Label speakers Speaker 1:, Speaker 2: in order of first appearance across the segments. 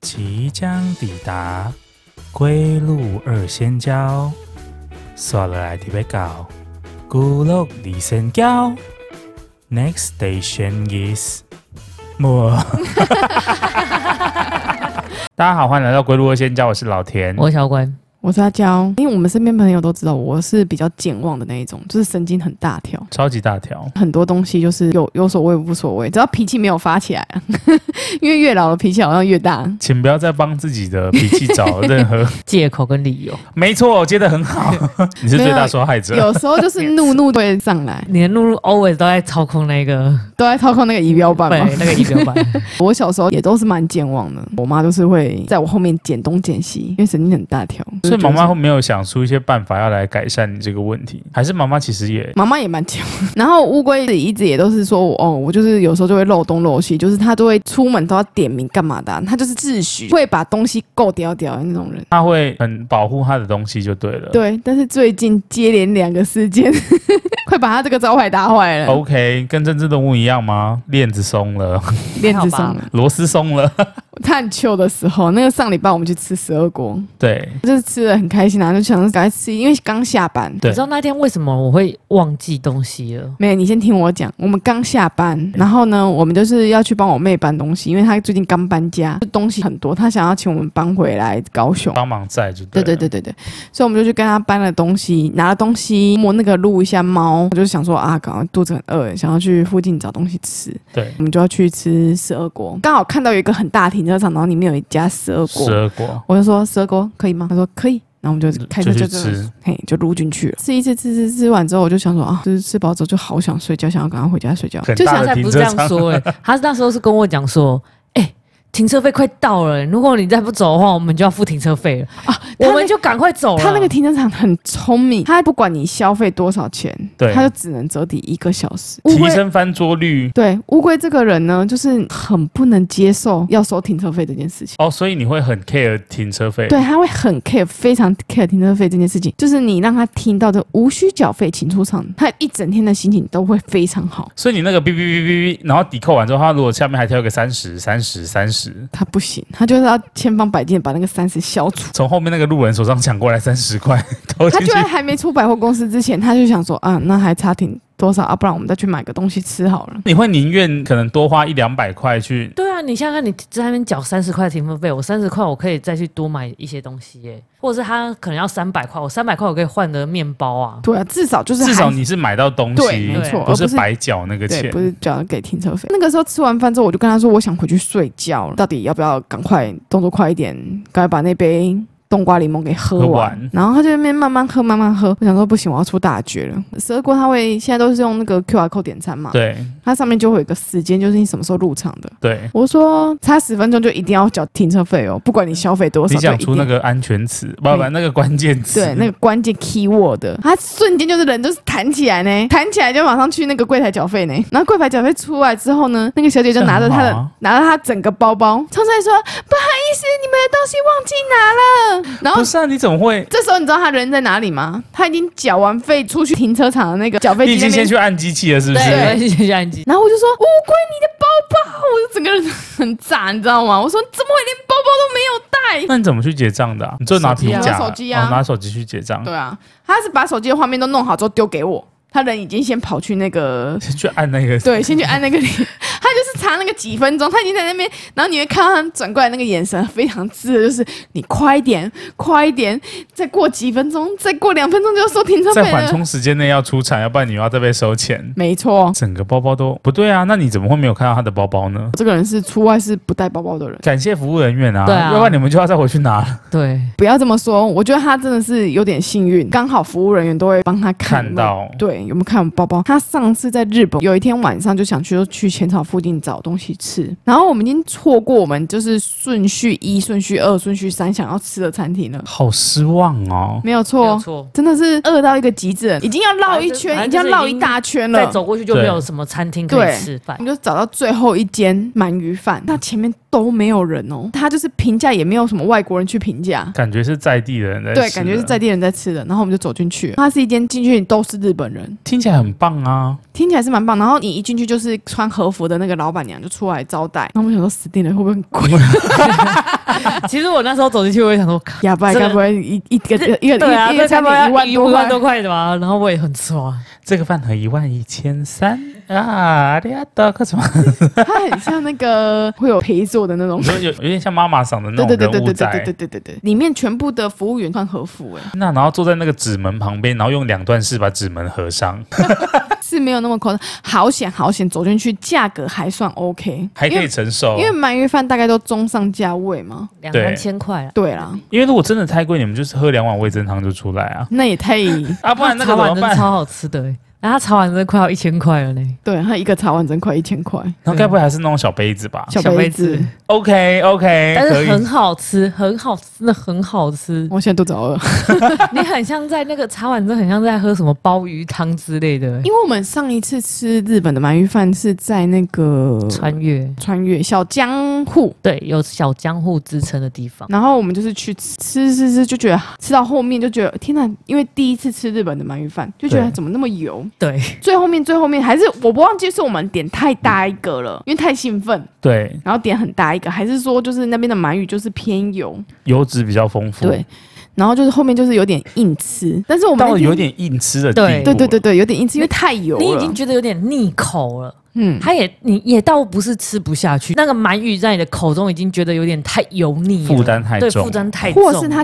Speaker 1: 即将抵达归路二仙交，刷了来特别高，孤路二仙交。Next station is 莫。 大家好，欢迎来到归路二仙交，我是老田。
Speaker 2: 我小乖，
Speaker 3: 我是阿娇，因为我们身边朋友都知道我是比较健忘的那一种，就是神经很大条，
Speaker 1: 超级大条，
Speaker 3: 很多东西就是有有所谓无所谓，只要脾气没有发起来、啊， 因为越老的脾气好像越大。
Speaker 1: 请不要再帮自己的脾气找任 何。
Speaker 2: 借口跟理由，
Speaker 1: 没错，接得很好，你是最啊大受害者。
Speaker 3: 有时候就是怒怒都会上来，
Speaker 2: 你的怒路 always 都在操控那个
Speaker 3: 都在操控那个仪表板嘛
Speaker 2: 对。那个仪表板，
Speaker 3: 我小时候也都是蛮健忘的，我妈就是会在我后面剪东剪西，因为神经很大条。
Speaker 1: 所以妈妈没有想出一些办法要来改善你这个问题，还是妈妈其实也
Speaker 3: 妈妈也蛮强， 然后乌龟一直也都是说我，哦，我就是有时候就会漏东漏西，就是他都会出门都要点名干嘛的啊、他就是自诩会把东西够掉掉的那种人。
Speaker 1: 她会很保护她的东西就对了。
Speaker 3: 对，但是最近接连两个事件， 快把他这个招牌打坏
Speaker 1: 哦
Speaker 3: 了，
Speaker 1: OK，跟政治动物一样吗？链子松了，
Speaker 3: 链子松了。
Speaker 1: 螺丝松了。
Speaker 3: 探秋的时候，那个上礼拜我们去吃十二锅，
Speaker 1: 对，
Speaker 3: 就是吃的很开心啊，就想说赶快吃，因为刚下班。
Speaker 1: 对
Speaker 2: 你知道那天为什么我会忘记东西了？
Speaker 3: 没有，你先听我讲。我们刚下
Speaker 1: 嗯
Speaker 3: 班，然后呢，我们就是要去帮我妹搬东西，因为她最近刚搬家，就东西很多，她想要请我们搬回来高雄。
Speaker 1: 帮忙在就
Speaker 3: 对
Speaker 1: 对
Speaker 3: 对
Speaker 1: 了
Speaker 3: 对对对，所以我们就去跟他搬了东西，拿了东西，摸那个撸一下猫，我就想说啊，刚刚肚子很饿，想要去附近找东西吃，
Speaker 1: 对，
Speaker 3: 我们就要去吃十二锅。刚好看到有一个很大停车场，然后里面有一家十二
Speaker 1: 十
Speaker 3: 锅，
Speaker 1: 二国
Speaker 3: 我就说十二锅可以吗？他说可以。然后我们就开车
Speaker 1: 就
Speaker 3: 就
Speaker 1: 去吃，
Speaker 3: 嘿，就撸进去了。吃一次，吃吃吃完之后，我就想说啊，就是吃饱之后就好想睡觉，想要赶快回家睡觉。
Speaker 1: 很
Speaker 2: 就
Speaker 1: 大
Speaker 2: 想
Speaker 1: 的
Speaker 2: 才
Speaker 1: 停
Speaker 2: 不是这
Speaker 1: 车
Speaker 2: 样
Speaker 1: 场。
Speaker 2: 说哎、欸，他那时候是跟我讲说，哎、停车费快到了、如果你再不走的话，我们就要付停车费了啊，
Speaker 3: 那
Speaker 2: 我们就赶快
Speaker 1: 啊
Speaker 2: 走了。
Speaker 3: 他那个停车场很聪明，他不管你消费多少钱，
Speaker 1: 对
Speaker 3: 他就只能折抵一个小时。乌
Speaker 1: 提
Speaker 3: 龟
Speaker 1: 升翻桌率
Speaker 3: 对乌龟这个人呢，就是很不能接受要收停车费这件事情。
Speaker 1: 哦，所以你会很 care 停车费。
Speaker 3: 对，他会很 care，非常 care 停车费这件事情。就是你让他听到的无需缴费，请出场，他一整天的心情都会非常好。
Speaker 1: 所以你那个哔哔哔哔哔，然后抵扣完之后，他如果下面还挑一个三十、三十、三十，
Speaker 3: 他不行，他就是要千方百计地把那个三十消除。
Speaker 1: 从后面那个路人手上抢过来三十块 投
Speaker 3: 他
Speaker 1: 进
Speaker 3: 居
Speaker 1: 去，
Speaker 3: 然还没出百货公司之前，他就想说啊，那还差挺多少啊？不然我们再去买个东西吃好了。
Speaker 1: 你会宁愿可能多花一两百块去。
Speaker 2: 对啊，你想想看，你在那边缴三十块停车费，我三十块我可以再去多买一些东西耶、或者是他可能要三百块，我三百块我可以换的面包啊。
Speaker 3: 对啊，至少就是
Speaker 1: 至
Speaker 3: 还
Speaker 1: 少你是买到东
Speaker 3: 对，
Speaker 1: 西，
Speaker 3: 没错，
Speaker 1: 不
Speaker 3: 而
Speaker 1: 是白缴那个
Speaker 3: 对，
Speaker 1: 钱
Speaker 3: 不。是只要给停车费。那个时候吃完饭之后，我就跟他说，我想回去睡觉了，到底要不要赶快动作快一点，赶快把那杯冬瓜柠檬给喝完。
Speaker 1: 喝完
Speaker 3: 然后他就在那边慢慢喝，慢慢喝。我想说不行，我要出大绝了。十二锅他会现在都是用那个 QR code 点餐嘛，
Speaker 1: 对
Speaker 3: 它上面就会有一个时间，就是你什么时候入场的。
Speaker 1: 对，
Speaker 3: 我说差十分钟就一定要缴停车费哦，不管你消费多少，
Speaker 1: 你讲
Speaker 3: 就一
Speaker 1: 出那
Speaker 3: 定
Speaker 1: 个安全词，不不，
Speaker 3: 对
Speaker 1: 那个关键词，
Speaker 3: 对，那个关键 keyword，他瞬间就是人就是弹起来呢，弹起来就马上去那个柜台缴费呢。然后柜台缴费出来之后呢，那个小姐就拿着她
Speaker 1: 这很好
Speaker 3: 的
Speaker 1: 啊
Speaker 3: 拿着她整个包包冲上来说：“不好意思，你们的东西忘记拿了。”然后
Speaker 1: 不。是啊？你怎么会？
Speaker 3: 这时候你知道他人在哪里吗？他已经缴完费出去停车场的那个缴费
Speaker 1: 你已
Speaker 3: 机那
Speaker 1: 经先
Speaker 3: 边
Speaker 1: 去，按机器了，是不
Speaker 3: 对
Speaker 1: 是？
Speaker 2: 对， 谢谢安吉。
Speaker 3: 然后我就说乌龟你的包包，我就整个人很炸，你知道吗？我说怎么会连包包都没有带？
Speaker 1: 那你怎么去结账的啊？你就拿皮
Speaker 3: 手机
Speaker 1: 夹，
Speaker 3: 啊手机啊
Speaker 1: 哦拿手机去结账，
Speaker 3: 对啊，他是把手机的画面都弄好之后丢给我，他人已经先跑去那个
Speaker 1: 先去按那个。
Speaker 3: 对，先去按那个铃， 他就是查那个几分钟，他已经在那边，然后你会看到他转过来那个眼神非常炙热，就是你快一点，快一点，再过几分钟，再过两分钟就要收停车费
Speaker 1: 在缓
Speaker 3: 了。
Speaker 1: 冲时间内要出场，要不然你又要再被收钱。
Speaker 3: 没错，
Speaker 1: 整个包包都不对啊，那你怎么会没有看到他的包包呢？
Speaker 3: 这个人是出外是不带包包的人，
Speaker 1: 感谢服务人员啊，
Speaker 2: 对啊
Speaker 1: 要不然你们就要再回去拿了。
Speaker 2: 对，
Speaker 3: 不要这么说，我觉得他真的是有点幸运，刚好服务人员都会帮他
Speaker 1: 看
Speaker 3: 看有没有
Speaker 1: 到
Speaker 3: 对，有没有看我包包？他上次在日本有一天晚上就想去去浅草附近找东西吃，然后我们已经错过我们就是顺序一、顺序二、顺序三想要吃的餐厅了，
Speaker 1: 好失望哦。
Speaker 3: 没有
Speaker 2: 没
Speaker 3: 错，
Speaker 2: 有错。
Speaker 3: 真的是饿到一个极致，已经要绕一圈，
Speaker 2: 反正
Speaker 3: 已
Speaker 2: 就
Speaker 3: 经
Speaker 2: 是
Speaker 3: 要绕一大圈
Speaker 2: 再
Speaker 3: 了。
Speaker 2: 走过去就没有什么餐厅可以吃饭
Speaker 3: 我。们就找到最后一间鳗鱼
Speaker 2: 嗯
Speaker 3: 饭，那前面都没有人哦，他就是评价也没有什么外国人去评价。
Speaker 1: 感觉是在地的人在
Speaker 3: 对，
Speaker 1: 吃
Speaker 3: 感觉是
Speaker 1: 的
Speaker 3: 在地人在吃的，然后我们就走进去，它是一间进去都是日本人，
Speaker 1: 听起来很棒啊。
Speaker 3: 听起来是蛮棒。然后你一进去就是 穿和服的那个老板娘就出来招待，那我们想说死定了，会不会很贵？
Speaker 2: 其实我那时候走进去，我也想说，靠
Speaker 3: 哑巴
Speaker 2: 这个
Speaker 3: 该不会一一个一个
Speaker 2: 对啊，
Speaker 3: 一
Speaker 2: 这
Speaker 3: 个
Speaker 2: 差
Speaker 3: 餐
Speaker 2: 不多
Speaker 3: 点
Speaker 2: 要
Speaker 3: 一万
Speaker 2: 一
Speaker 3: 多
Speaker 2: 万
Speaker 3: 块
Speaker 2: 多块的吧？然后我也很爽，
Speaker 1: 这个饭盒一万一千三啊！阿里亚多，克什么？
Speaker 3: 它很像那个会有陪坐的那种
Speaker 1: 你。说 有有点像妈妈桑的那
Speaker 3: 对
Speaker 1: 种
Speaker 3: 对对对
Speaker 1: 人物
Speaker 3: 对对对
Speaker 1: 仔。
Speaker 3: 对对对，里面全部的服务员穿和服、 欸，
Speaker 1: 那然后坐在那个纸门旁边，然后用两段式把纸门合上，
Speaker 3: 是没有那么夸张。好险好险，走进去价格还算 OK，
Speaker 1: 还
Speaker 3: 因
Speaker 1: 可以
Speaker 3: 为
Speaker 1: 承受。
Speaker 3: 因为鳗鱼饭大概都中上价位嘛。
Speaker 2: 两
Speaker 1: 对
Speaker 2: 三千块啊。
Speaker 3: 对啦，
Speaker 1: 因为如果真的太贵，你们就是喝两碗味噌汤就出来啊！
Speaker 3: 那也太
Speaker 1: 啊，不然那个
Speaker 2: 茶
Speaker 1: 怎
Speaker 2: 碗
Speaker 1: 么
Speaker 2: 真的
Speaker 1: 办？
Speaker 2: 超好吃的、欸，然后它茶碗真的快要一千块了呢。
Speaker 3: 对，它一个茶碗真快一千块，
Speaker 1: 然后该不会还是那种小杯子吧
Speaker 3: 小
Speaker 2: 杯哎
Speaker 3: 杯子。
Speaker 1: ？OK OK，
Speaker 2: 但
Speaker 1: 可
Speaker 2: 是
Speaker 1: 以。
Speaker 2: 很好吃，很好吃，真的很好吃。
Speaker 3: 我现在肚子好饿，
Speaker 2: 你很像在那个茶碗，真的很像在喝什么鲍鱼汤之类的欸、
Speaker 3: 因为我们上一次吃日本的鳗鱼饭是在那个
Speaker 2: 穿越，
Speaker 3: 穿越小江户，
Speaker 2: 对，有小江户支撑的地方。
Speaker 3: 然后我们就是去吃吃吃吃，就觉得吃到后面就觉得天呐，因为第一次吃日本的鳗鱼饭，就觉得
Speaker 1: 对
Speaker 3: 怎么那么油。
Speaker 2: 对，
Speaker 3: 最后面最后面还是我不忘记是我们点太大一个了，因为太兴奋，
Speaker 1: 对，
Speaker 3: 然后点很大一个，还是说就是那边的鳗鱼就是偏油，
Speaker 1: 油脂比较丰富，
Speaker 3: 对，，然后就是后面就是有点硬吃，但是我们
Speaker 1: 到
Speaker 3: 那
Speaker 1: 了
Speaker 3: 天
Speaker 1: 有点硬吃的地步了。
Speaker 2: 对
Speaker 3: 对对对对，有点硬吃，因为太油了。
Speaker 2: 你已经觉得有点腻口了。
Speaker 3: 嗯，
Speaker 2: 它也，你也倒不是吃不下去，那个鳗鱼在你的口中已经觉得有点太油腻了，
Speaker 1: 负担太
Speaker 2: 对，
Speaker 1: 重
Speaker 2: 负担太重
Speaker 3: 或
Speaker 2: 了，
Speaker 3: 者是他，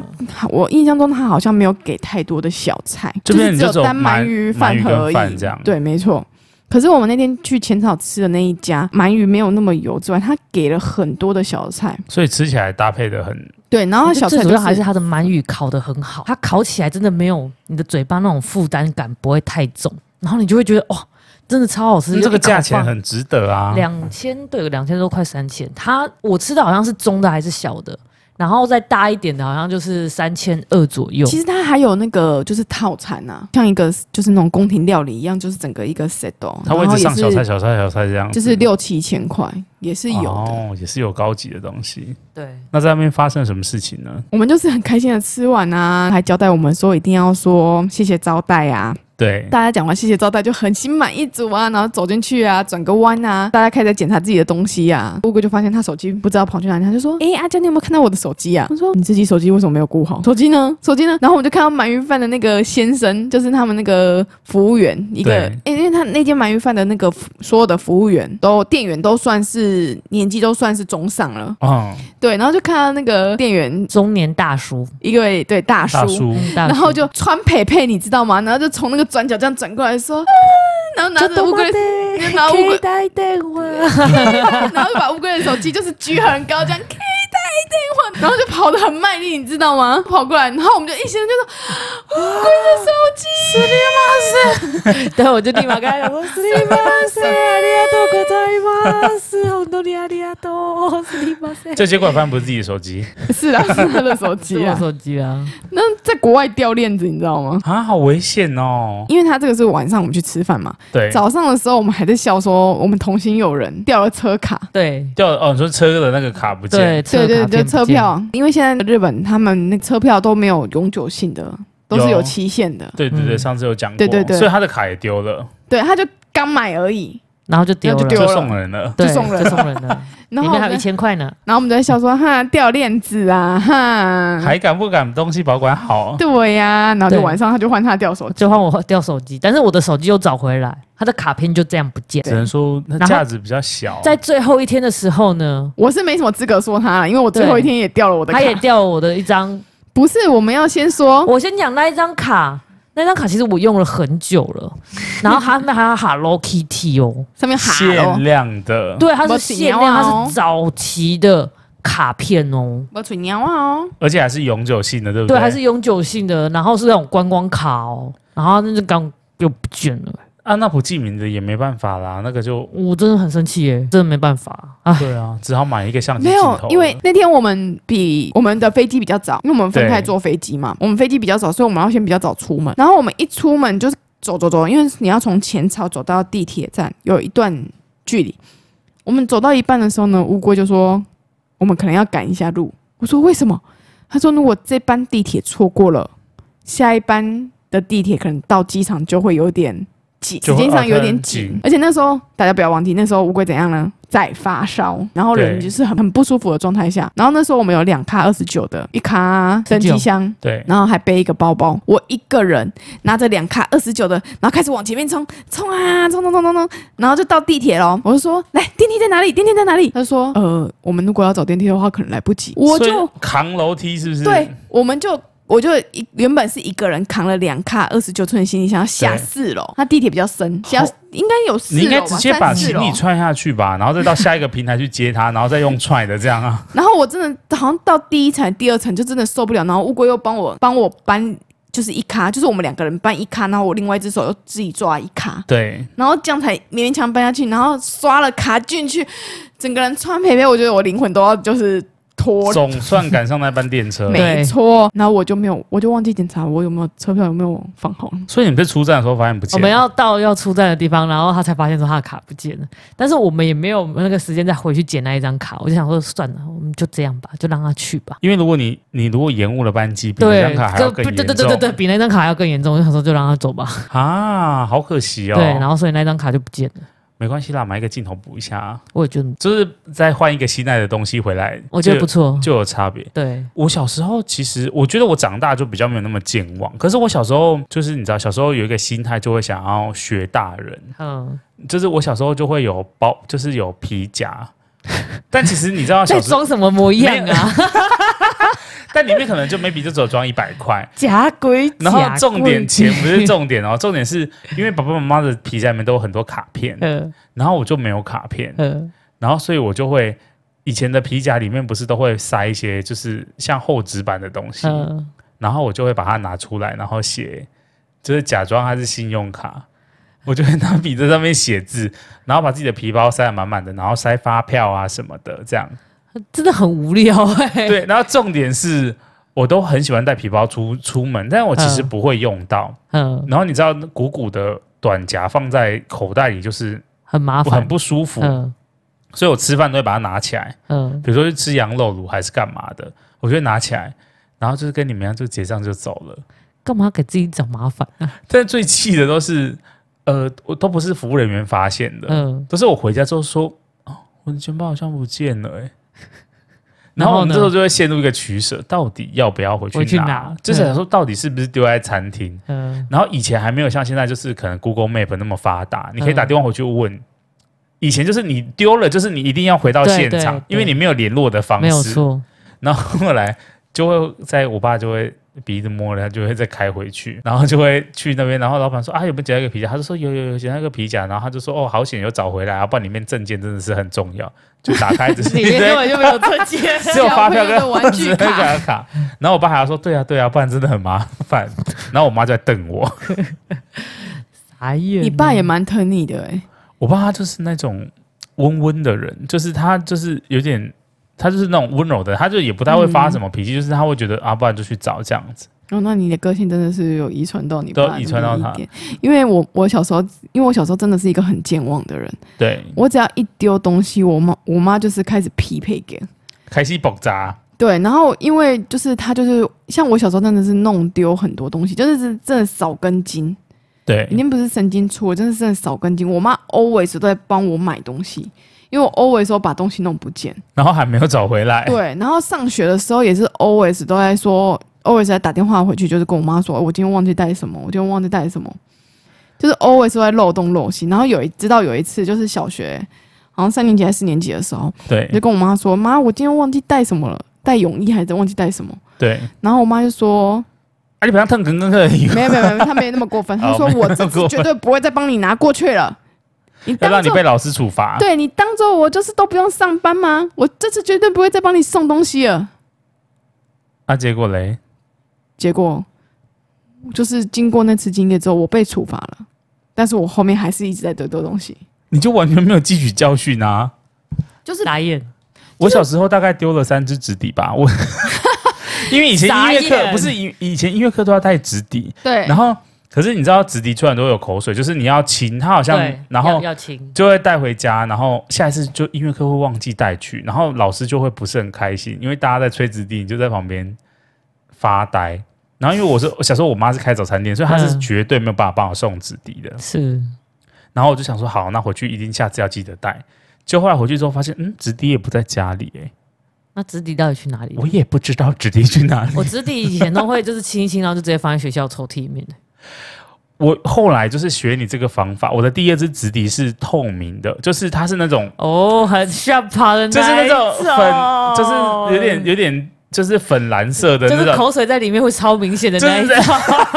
Speaker 3: 我印象中他好像没有给太多的小菜，
Speaker 1: 这
Speaker 3: 是
Speaker 1: 边你
Speaker 3: 只
Speaker 1: 就只有
Speaker 3: 单鳗
Speaker 1: 鳗
Speaker 3: 鱼
Speaker 1: 鳗
Speaker 3: 饭
Speaker 1: 鱼跟
Speaker 3: 盒而已
Speaker 1: 饭这样
Speaker 3: 对，没错。可是我们那天去浅草吃的那一家鳗鱼没有那么油之外，他给了很多的小菜，
Speaker 1: 所以吃起来搭配的很，
Speaker 3: 对，然后它
Speaker 2: 就
Speaker 3: 啊小
Speaker 2: 最
Speaker 3: 菜
Speaker 2: 主
Speaker 3: 就
Speaker 2: 要还是它的鳗鱼烤得很好，它烤起来真的没有你的嘴巴那种负担感，不会太重，然后你就会觉得哇、真的超好吃。
Speaker 1: 嗯这个价钱很值得啊。
Speaker 2: 两千，对，两千多快三千。它我吃的好像是中的还是小的，然后再大一点的，好像就是三千二左右。
Speaker 3: 其实它还有那个就是套餐啊，像一个就是那种宫廷料理一样，就是整个一个 set 哦，
Speaker 1: 它会一
Speaker 3: 然后
Speaker 1: 直
Speaker 3: 也
Speaker 1: 上小菜、
Speaker 3: 是
Speaker 1: 小菜、小菜这样子，
Speaker 3: 就是六七千块，也是有的。
Speaker 1: 哦，也是有高级的东西。
Speaker 2: 对，
Speaker 1: 那在那边发生了什么事情呢？
Speaker 3: 我们就是很开心的吃完啊，还交代我们说一定要说谢谢招待啊。
Speaker 1: 对，
Speaker 3: 大家讲完谢谢招待就很心满意足啊，然后走进去啊，转个弯啊，大家开始在检查自己的东西啊。乌龟就发现他手机不知道跑去哪里，他就说：“哎、阿娇，你有没有看到我的手机啊？”他说：“你自己手机为什么没有顾好？手机呢？手机呢？”然后我就看到鳗鱼饭的那个先生，就是他们那个服务员，一个，
Speaker 1: 对
Speaker 3: 诶因为他那间鳗鱼饭的那个服所有的服务员都店员都算是年纪都算是中上了，
Speaker 1: 嗯，
Speaker 3: 对，然后就看到那个店员
Speaker 2: 中年大叔，
Speaker 3: 一位对大叔，
Speaker 1: 大叔，
Speaker 2: 嗯大叔
Speaker 3: 然后就穿佩佩，你知道吗？然后就从那个转角这样转过来说，啊然后拿着乌龟的，拿乌龟，
Speaker 2: 带电话，
Speaker 3: 然后就把乌龟的手机就是举很高，这样可以打一电话，然后就跑得很卖力，你知道吗？跑过来，然后我们就一群人就说 乌龟的手机，
Speaker 2: 对，我就立马跟他讲说，斯里巴斯，阿里亚多，国在巴斯，红多利阿里亚多，斯里巴斯。
Speaker 1: 这结果反正不是自己的手机
Speaker 3: 是啊，是他的手
Speaker 2: 是
Speaker 3: 机
Speaker 2: 我
Speaker 3: 啊。
Speaker 2: 手机啊，
Speaker 3: 那在国外掉链子，你知道吗？
Speaker 1: 啊，好危险哦。
Speaker 3: 因为他这个是晚上我们去吃饭嘛，
Speaker 1: 对，
Speaker 3: 早上的时候我们还在笑说我们同行有人掉了车卡，
Speaker 2: 对
Speaker 1: 掉了哦，你说车的那个卡不见，
Speaker 2: 对
Speaker 3: 对对
Speaker 2: 卡
Speaker 3: 对，
Speaker 2: 片不
Speaker 3: 车
Speaker 2: 见
Speaker 3: 票，因为现在日本他们那车票都没有永久性的，都是
Speaker 1: 有
Speaker 3: 有期限的。
Speaker 1: 对对对，
Speaker 2: 嗯
Speaker 1: 上次有讲过，
Speaker 3: 对对对
Speaker 1: 所以他的卡也丢了，
Speaker 3: 对，他就刚买而已，
Speaker 2: 然后就丢
Speaker 3: 然后
Speaker 2: 了，
Speaker 3: 就丢
Speaker 1: 就
Speaker 3: 了
Speaker 1: 送人了。
Speaker 2: 对
Speaker 3: 就送人
Speaker 2: 就送人了，
Speaker 3: 然
Speaker 2: 里面
Speaker 3: 后我
Speaker 2: 还
Speaker 3: 们
Speaker 2: 有一千块呢。
Speaker 3: 然后我们就在笑说哈掉链子啊哈，
Speaker 1: 还敢不敢东西保管好？
Speaker 3: 对呀、然后就
Speaker 2: 对
Speaker 3: 晚上他就换他掉手机，
Speaker 2: 就换我掉手机，但是我的手机又找回来，他的卡片就这样不见。
Speaker 1: 只能说那
Speaker 2: 然后
Speaker 1: 价值比较小。
Speaker 2: 在最后一天的时候呢，
Speaker 3: 我是没什么资格说他了，因为我最后一天也掉了我的卡
Speaker 2: 他。也掉了我的一张。
Speaker 3: 不是，我们要先说，
Speaker 2: 我先讲那一张卡，那张卡其实我用了很久了，然后它那还有 Hello Kitty 哦，
Speaker 3: 上面哈喽
Speaker 1: 限，量的，
Speaker 2: 对，它
Speaker 3: 没
Speaker 2: 是
Speaker 3: 钱
Speaker 2: 限
Speaker 3: 啊
Speaker 2: 量，它是早期的卡片哦。
Speaker 3: 我吹牛啊哦，
Speaker 1: 而且还是永久性的，对不
Speaker 2: 对，
Speaker 1: 对？
Speaker 2: 还是永久性的，然后是那种观光卡哦，然后那就刚又不见了，
Speaker 1: 啊，那不记名的也没办法啦，那个就
Speaker 2: 我真的很生气耶，真的没办法啊，
Speaker 1: 对啊，只好买一个相机
Speaker 3: 没
Speaker 1: 镜头
Speaker 3: 有
Speaker 1: 了。，
Speaker 3: 因为那天我们比我们的飞机比较早，因为我们分开坐飞机嘛，我们飞机比较早，所以我们要先比较早出门。然后我们一出门就是走走走，因为你要从浅草走到地铁站有一段距离。我们走到一半的时候呢，乌龟就说我们可能要赶一下路。我说为什么？他说如果这班地铁错过了，下一班的地铁可能到机场就会有点紧，
Speaker 1: 就
Speaker 3: 时
Speaker 1: 会
Speaker 3: 间上有
Speaker 1: 呃
Speaker 3: 点
Speaker 1: 很紧
Speaker 3: 紧。而且那时候大家不要忘记，那时候乌龟怎样呢？在发烧，然后人
Speaker 1: 对
Speaker 3: 就是很很不舒服的状态下。然后那时候我们有两卡二十九的，一卡登机
Speaker 2: 19
Speaker 3: 箱，
Speaker 1: 对，
Speaker 3: 然后还背一个包包，我一个人拿着两卡二十九的，然后开始往前面冲，冲啊，冲冲冲冲冲，然后就到地铁喽。我就说，来，电梯在哪里？电梯在哪里？他说，呃，我们如果要找电梯的话，可能来不及。我
Speaker 1: 所以
Speaker 3: 就
Speaker 1: 扛楼梯是不是？
Speaker 3: 对，我们就。我就一原本是一个人扛了两卡二十九寸的行李箱下四楼，它地铁比较深，下
Speaker 1: 好
Speaker 3: 应该有四
Speaker 1: 你
Speaker 3: 楼吧，
Speaker 1: 应该直接把
Speaker 3: 三四
Speaker 1: 行
Speaker 3: 楼
Speaker 1: 李踹下去吧，然后再到下一个平台去接 它，然后再用踹的这样啊。
Speaker 3: 然后我真的好像到第一层、第二层就真的受不了，然后乌龟又帮我帮我搬，就是一咖，就是我们两个人搬一咖，然后我另外一只手又自己抓一咖，
Speaker 1: 对，
Speaker 3: 然后这样才勉勉强搬下去，然后刷了卡进去，整个人穿培培，我觉得我灵魂都要就是脱。
Speaker 1: 总算赶上那班电车。
Speaker 2: 没
Speaker 3: 没错，然后我就没有，我就忘记检查我有没有车票有没有放好。
Speaker 1: 所以你们在出站的时候发现不见
Speaker 2: 我
Speaker 1: 了，
Speaker 2: 们要到要出站的地方，然后他才发现说他的卡不见了，但是我们也没有那个时间再回去捡那一张卡，我就想说算了，我们就这样吧，就让他去吧。
Speaker 1: 因为如果你你如果延误了班机，比那
Speaker 2: 对
Speaker 1: 张卡，还
Speaker 2: 就
Speaker 1: 要
Speaker 2: 不
Speaker 1: 更
Speaker 2: 对
Speaker 1: 严
Speaker 2: 对
Speaker 1: 重。
Speaker 2: 对对对，比那张卡还要更严重。我就想说就让他走吧。
Speaker 1: 啊，好可惜哦。
Speaker 2: 对，然后所以那张卡就不见了。
Speaker 1: 没关系啦，买一个镜头补一下啊，
Speaker 2: 我也觉得，
Speaker 1: 就是再换一个新带的东西回来，
Speaker 2: 我觉得
Speaker 1: 就
Speaker 2: 不错。
Speaker 1: 就有差别。
Speaker 2: 对，
Speaker 1: 我小时候其实，我觉得我长大就比较没有那么健忘。可是我小时候就是，你知道，小时候有一个心态，就会想要学大人。
Speaker 2: 嗯，
Speaker 1: 就是我小时候就会有包，就是有皮夹，但其实你知道小
Speaker 2: 在
Speaker 1: 时候，
Speaker 2: 装什么模样啊？
Speaker 1: 但里面可能就 maybe 就只有装一百 块。
Speaker 2: 假鬼假鬼！
Speaker 1: 然后重点钱不是重点哦，重点是因为爸爸妈妈的皮夹里面都有很多卡片，
Speaker 2: 呃
Speaker 1: 然后我就没有卡片，
Speaker 2: 呃，
Speaker 1: 然后所以我就会以前的皮夹里面不是都会塞一些就是像厚纸板的东西，
Speaker 2: 呃，
Speaker 1: 然后我就会把它拿出来，然后写，就是假装它是信用卡，我就会拿笔在上面写字，然后把自己的皮包塞得满满的，然后塞发票啊什么的，这样。
Speaker 2: 真的很无聊哎。
Speaker 1: 对，然后重点是我都很喜欢带皮包出出门，但我其实
Speaker 2: 嗯
Speaker 1: 不会用到。
Speaker 2: 嗯，
Speaker 1: 然后你知道，鼓鼓的短夹放在口袋里就是
Speaker 2: 很麻
Speaker 1: 我很
Speaker 2: 烦。
Speaker 1: 不舒服，
Speaker 2: 嗯
Speaker 1: 所以我吃饭都会把它拿起来，
Speaker 2: 嗯，
Speaker 1: 比如说去吃羊肉炉还是干嘛的，我就会拿起来，然后就是跟你们一样就结账就走了。
Speaker 2: 干嘛给自己找麻烦？
Speaker 1: 但最气的都是，呃，我都不是服务人员发现的，
Speaker 2: 嗯，
Speaker 1: 都是我回家之后说，哦，我的钱包好像不见了、 欸，然
Speaker 2: 然后呢
Speaker 1: 后我们这时候就会陷入一个取舍，到底要不要回去
Speaker 2: 回去
Speaker 1: 拿？
Speaker 2: 拿
Speaker 1: 就是想说，到底是不是丢在餐厅？
Speaker 2: 嗯，
Speaker 1: 然后以前还没有像现在，就是可能 Google Map 那么发达，
Speaker 2: 嗯
Speaker 1: 你可以打电话回去问。以前就是你丢了，就是你一定要回到
Speaker 2: 对
Speaker 1: 现场，
Speaker 2: 对
Speaker 1: 因为
Speaker 2: 对
Speaker 1: 你没有联络的方式。
Speaker 2: 没有错。
Speaker 1: 然后后来就会在我爸就会鼻子摸了，他就会再开回去，然后就会去那边，然后老板说啊有没有捡到一个皮夹？他就说有有有捡到一个皮夹，然后他就说哦好险有找回来啊，不然里面证件真的是很重要，就打开只是
Speaker 2: 里
Speaker 1: 一
Speaker 2: 面根
Speaker 1: 堆
Speaker 2: 本就没有证件。
Speaker 1: 只有发票
Speaker 3: 小朋友的
Speaker 1: 跟
Speaker 3: 玩 具卡
Speaker 1: 只有那个卡，然后我爸还要说对啊对啊，不然真的很麻烦，然后我妈就在瞪我，
Speaker 2: 哎呀，
Speaker 3: 你爸也蛮疼你的哎、
Speaker 1: 我爸他就是那种温温的人，就是他就是有点。他就是那种温柔的，他就也不太会发什么脾气，就是他会觉得啊，不然就去找这样子。
Speaker 3: 哦，那你的个性真的是有遗传到你
Speaker 1: 都
Speaker 3: 爸
Speaker 1: 遗传到他
Speaker 3: 那么一点，因为我我小时候，因为我小时候真的是一个很健忘的人，
Speaker 1: 对，
Speaker 3: 我只要一丢东西，我妈我妈就是开始匹配给，
Speaker 1: 开心爆炸。
Speaker 3: 对，然后因为就是她就是像我小时候真的是弄丢很多东西，就是真真的少根筋，
Speaker 1: 对
Speaker 3: 已，经不是神经粗了，真的是真的少根筋。我妈 always 都在帮我买东西，因为我 always 都把东西弄不见。
Speaker 1: 然后还没有找回来。
Speaker 3: 对，然后上学的时候也是 always 都在说，always 在打电话回去，就是跟我妈说，哦我今天忘记带什么，我今天忘记带什么，就是 always 都在漏洞漏西。然后有一知道有一次就是小学，好像三年级还是四年级的时候，我就
Speaker 1: 对
Speaker 3: 跟我妈说，妈，我今天忘记带什么了，带泳衣还是忘记带什么？
Speaker 1: 对，
Speaker 3: 然后我妈就说，
Speaker 1: 啊，你不要腾腾腾腾，
Speaker 3: 没有没有没有，她没那么过分，她
Speaker 1: 哦
Speaker 3: 说
Speaker 1: 没
Speaker 3: 我
Speaker 1: 那
Speaker 3: 这
Speaker 1: 么
Speaker 3: 次
Speaker 1: 过
Speaker 3: 绝
Speaker 1: 分
Speaker 3: 对不会再帮你拿过去了，你
Speaker 1: 要
Speaker 3: 当
Speaker 1: 让你
Speaker 3: 做
Speaker 1: 被老师处罚。
Speaker 3: 对你当做我就是都不用上班吗？我这次绝对不会再帮你送东西了。
Speaker 1: 啊，结果嘞，
Speaker 3: 结果就是经过那次经验之后，我被处罚了，但是我后面还是一直在得丢东西。
Speaker 1: 你就完全没有汲取教训啊！
Speaker 3: 就是
Speaker 2: 打眼，
Speaker 1: 我小时候大概丢了三支纸笔 吧，我因为以前音乐
Speaker 2: 傻
Speaker 1: 课
Speaker 2: 眼
Speaker 1: 不是以以前音乐课都要带纸笔，
Speaker 3: 对
Speaker 1: 然后可是你知道纸笔出来都会有口水，就是你要亲，它好像
Speaker 2: 对，
Speaker 1: 然后
Speaker 2: 要要亲，
Speaker 1: 就会带回家，然后下一次就音乐课会忘记带去，然后老师就会不是很开心，因为大家在吹纸笛，你就在旁边发呆。然后因为我是我小时候我妈是开早餐店，所以她是
Speaker 2: 嗯
Speaker 1: 绝对没有办法帮我送纸笛的。
Speaker 2: 是
Speaker 1: 然后我就想说，好，那回去一定下次要记得带。就后来回去之后发现，嗯，纸笛也不在家里、欸，
Speaker 2: 那直笛到底去哪里了？
Speaker 1: 我也不知道纸笛去哪里。
Speaker 2: 我直笛以前都会就是清一清，然后就直接放在学校抽屉里面的。
Speaker 1: 我后来就是学你这个方法，我的第二支纸笛是透明的，就是它是那种，
Speaker 2: 哦，很吓跑的，
Speaker 1: 就是那种
Speaker 2: 哦
Speaker 1: 粉，就是有点有点就是粉蓝色的
Speaker 2: 就
Speaker 1: 那
Speaker 2: 是
Speaker 1: 种，
Speaker 2: 口水在里面会超明显的
Speaker 1: 就
Speaker 2: 那一
Speaker 1: 是
Speaker 2: 种。 啊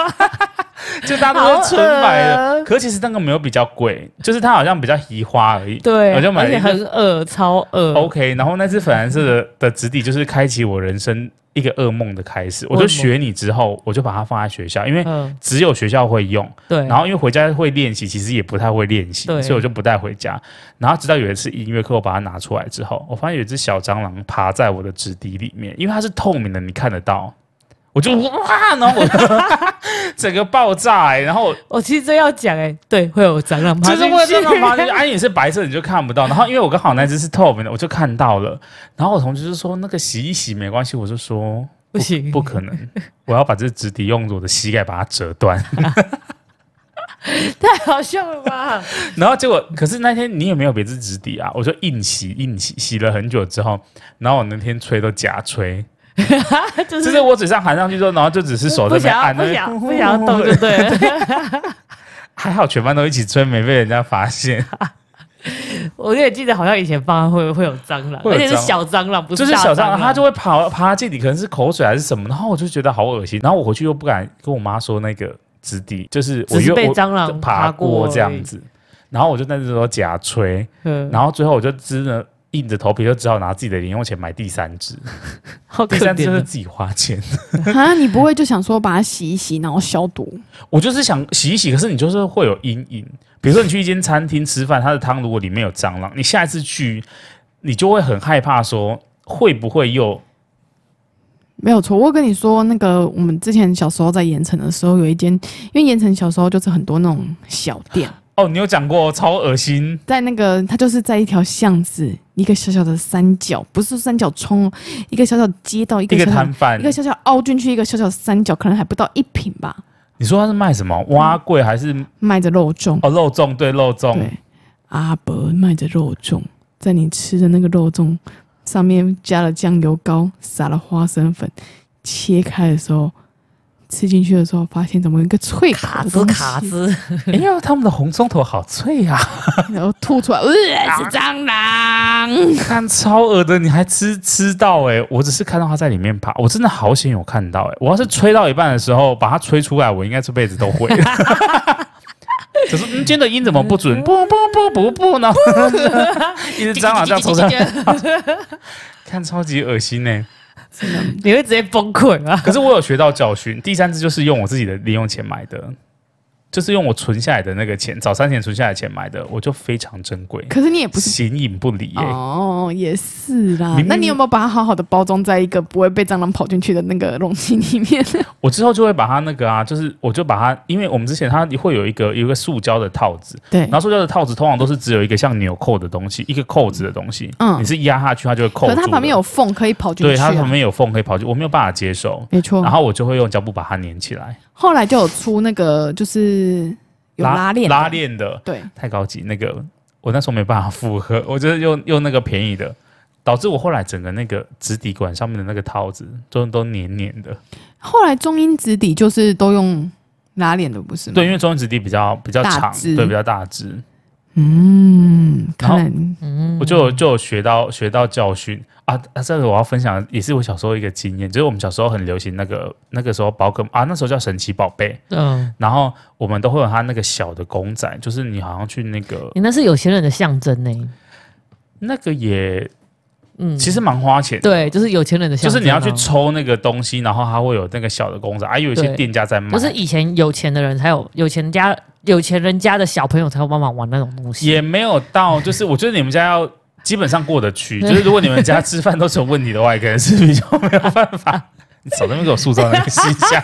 Speaker 1: 就大家都是纯白的。可其实那个没有比较贵，就是它好像比较移花而已。
Speaker 2: 对，
Speaker 1: 我就买
Speaker 2: 而
Speaker 1: 了
Speaker 2: 且
Speaker 1: 一
Speaker 2: 很恶，超恶。
Speaker 1: OK，然后那只粉蓝色的的质地就是开启我人生一个噩梦的开始。我就
Speaker 2: 为什么
Speaker 1: 学你之后，我就把它放在学校，因为
Speaker 2: 嗯，
Speaker 1: 只有学校会用。
Speaker 2: 对。
Speaker 1: 然后因为回家会练习，其实也不太会练习，
Speaker 2: 对
Speaker 1: 所以我就不带回家。然后直到有一次音乐课，我把它拿出来之后，我发现有一只小蟑螂爬在我的纸笛里面，因为它是透明的，你看得到。我
Speaker 2: 哦
Speaker 1: 就哇，然后我整个爆炸、欸，然后
Speaker 2: 我哦其实这要讲哎，对，会有蟑螂爬
Speaker 1: 就
Speaker 2: 进
Speaker 1: 是
Speaker 2: 去，
Speaker 1: 为这种嘛，就是哎安也是白色，你就看不到。然后因为我刚好那只是透明的，我就看到了。然后我同学就说那个洗一洗没关系，我就说
Speaker 2: 不行，
Speaker 1: 不可 能，我要把这纸笛用我的膝盖把它折断。
Speaker 2: 太好笑了 吧？
Speaker 1: 然后结果，可是那天你也没有别支纸笛啊，我就硬洗硬洗，洗了很久之后，然后我那天吹都假吹，
Speaker 2: 就
Speaker 1: 就是是我嘴上含上去之后，然后就只是手在那
Speaker 2: 不
Speaker 1: 边
Speaker 2: 想要
Speaker 1: 按，
Speaker 2: 不
Speaker 1: 那
Speaker 2: 想
Speaker 1: 边
Speaker 2: 不想要动就对了。
Speaker 1: 还好全班都一起吹，没被人家发现。
Speaker 2: 我也记得好像以前放会会有蟑螂，
Speaker 1: 会有
Speaker 2: 而且是
Speaker 1: 蟑螂
Speaker 2: 小蟑螂，不
Speaker 1: 就是是
Speaker 2: 大
Speaker 1: 小蟑螂，
Speaker 2: 螂，
Speaker 1: 它就会爬爬进你，可能是口水还是什么，然后我就觉得好恶心，然后我回去又不敢跟我妈说那个质地，就是我
Speaker 2: 只是
Speaker 1: 又
Speaker 2: 被
Speaker 1: 我
Speaker 2: 蟑螂
Speaker 1: 爬
Speaker 2: 爬
Speaker 1: 过
Speaker 2: 过
Speaker 1: 这样子，然后我就那时候假吹，
Speaker 2: 嗯，
Speaker 1: 然后最后我就只能硬着头皮，就只好拿自己的零用钱买第三只，
Speaker 2: 好可
Speaker 1: 第三只
Speaker 2: 怜
Speaker 1: 就是
Speaker 2: 哦。
Speaker 1: 自己花钱。
Speaker 3: 啊，你不会就想说把它洗一洗，然后消毒？
Speaker 1: 我就是想洗一洗，可是你就是会有阴影。比如说你去一间餐厅吃饭，它的汤如果里面有蟑螂，你下一次去，你就会很害怕说会不会又
Speaker 3: 没有错，我跟你说，那个我们之前小时候在盐城的时候，有一间，因为盐城小时候就是很多那种小店，
Speaker 1: 哦，你有讲过超恶 心。
Speaker 3: 在那个它就是在一条巷子，一个小小的三角，不是三角冲，一个小小的街道，一
Speaker 1: 一
Speaker 3: 个
Speaker 1: 个
Speaker 3: 小小
Speaker 1: 摊贩
Speaker 3: 一，个小小凹进去，一个小小三角，可能还不到一平吧，
Speaker 1: 你说他是卖什么？蛙柜还是
Speaker 3: 卖着肉粽，
Speaker 1: 哦肉粽？对，肉粽
Speaker 3: 对。，阿伯卖着肉粽，在你吃的那个肉粽上面加了酱油膏，撒了花生粉，切开的时候。吃进去的时候，发现怎么有一个脆口
Speaker 2: 卡
Speaker 3: 的
Speaker 2: 兹
Speaker 3: 东
Speaker 2: 卡
Speaker 3: 西
Speaker 2: 兹，
Speaker 1: 哎呀，他们的红葱头好脆呀、啊，
Speaker 3: 然后吐出来，呃，是蟑螂。
Speaker 1: 看超恶的，你还吃吃到哎、我只是看到它在里面爬，我真的好险有看到哎、我要是吹到一半的时候把它吹出来，我应该这辈子都会。可是、嗯、今天的音怎么不准？不不不不不呢！一只 蟑螂在头上，看超级恶心呢、
Speaker 2: 你会直接崩溃啊！
Speaker 1: 可是我有学到教训，第三只就是用我自己的零用钱买的，就是用我存下来的那个钱，早餐钱存下来的钱买的，我就非常珍贵，
Speaker 3: 可是你也不 是
Speaker 1: 形影不离耶、
Speaker 3: 哦，也是啦
Speaker 1: 啊明明。
Speaker 3: 那你有没有把它好好的包装在一个不会被蟑螂跑进去的那个容器里面？
Speaker 1: 我之后就会把它那个啊，就是我就把它，因为我们之前它会有一个有一个塑胶的套子，
Speaker 3: 对
Speaker 1: 然，后塑胶的套子通常都是只有一个像纽扣的东西，一个扣子的东西，
Speaker 3: 嗯
Speaker 1: 你是压下去它就会扣
Speaker 3: 可
Speaker 1: 住
Speaker 3: 是
Speaker 1: 了，
Speaker 3: 它旁边有缝，可以跑进去、
Speaker 1: 对它
Speaker 3: 啊。哦
Speaker 1: 旁边有缝可以跑进，我没有办法接受，
Speaker 3: 没错
Speaker 1: 然。后我就会用胶布把它粘起来，
Speaker 3: 后来就有出那个，就是有拉链的，
Speaker 1: 拉链的，
Speaker 3: 对，
Speaker 1: 太高级，那个我那时候没办法负荷， 我就是用用那个便宜的，导致我后来整个那个直底管上面的那个套子都都黏黏的。
Speaker 3: 后来中音直底就是都用拉链的，不是吗？
Speaker 1: 对，因，为中间直底比较比较
Speaker 3: 大
Speaker 1: 长，
Speaker 3: 只
Speaker 1: 对，比较大只，
Speaker 3: 嗯，
Speaker 1: 然后
Speaker 3: 看来
Speaker 2: 嗯，
Speaker 1: 我就有就有学到学到教训啊啊！这个我要分享，也是我小时候一个经验，就是我们小时候很流行那个那个时候宝可啊，那时候叫神奇宝贝，
Speaker 2: 嗯，
Speaker 1: 然后我们都会有它那个小的公仔，就是你好像去那个
Speaker 2: 欸你那是有钱人的象征呢。
Speaker 1: 那个也
Speaker 2: 嗯，
Speaker 1: 其实蛮花钱的。
Speaker 2: 对，就是有钱人的
Speaker 1: 就
Speaker 2: 象征啊。
Speaker 1: 是你要去抽那个东西，然后它会有那个小的公仔，啊还、有一些
Speaker 2: 对
Speaker 1: 店家在卖，
Speaker 2: 就是以前有钱的人才有有钱家有钱人家的小朋友才有办法玩那种东西。
Speaker 1: 也没有到，就是我觉得你们家要基本上过得 去，就是如果你们家吃饭都是有问题的话，可能是比较没有办 法。你少在那边给我塑造那个形象。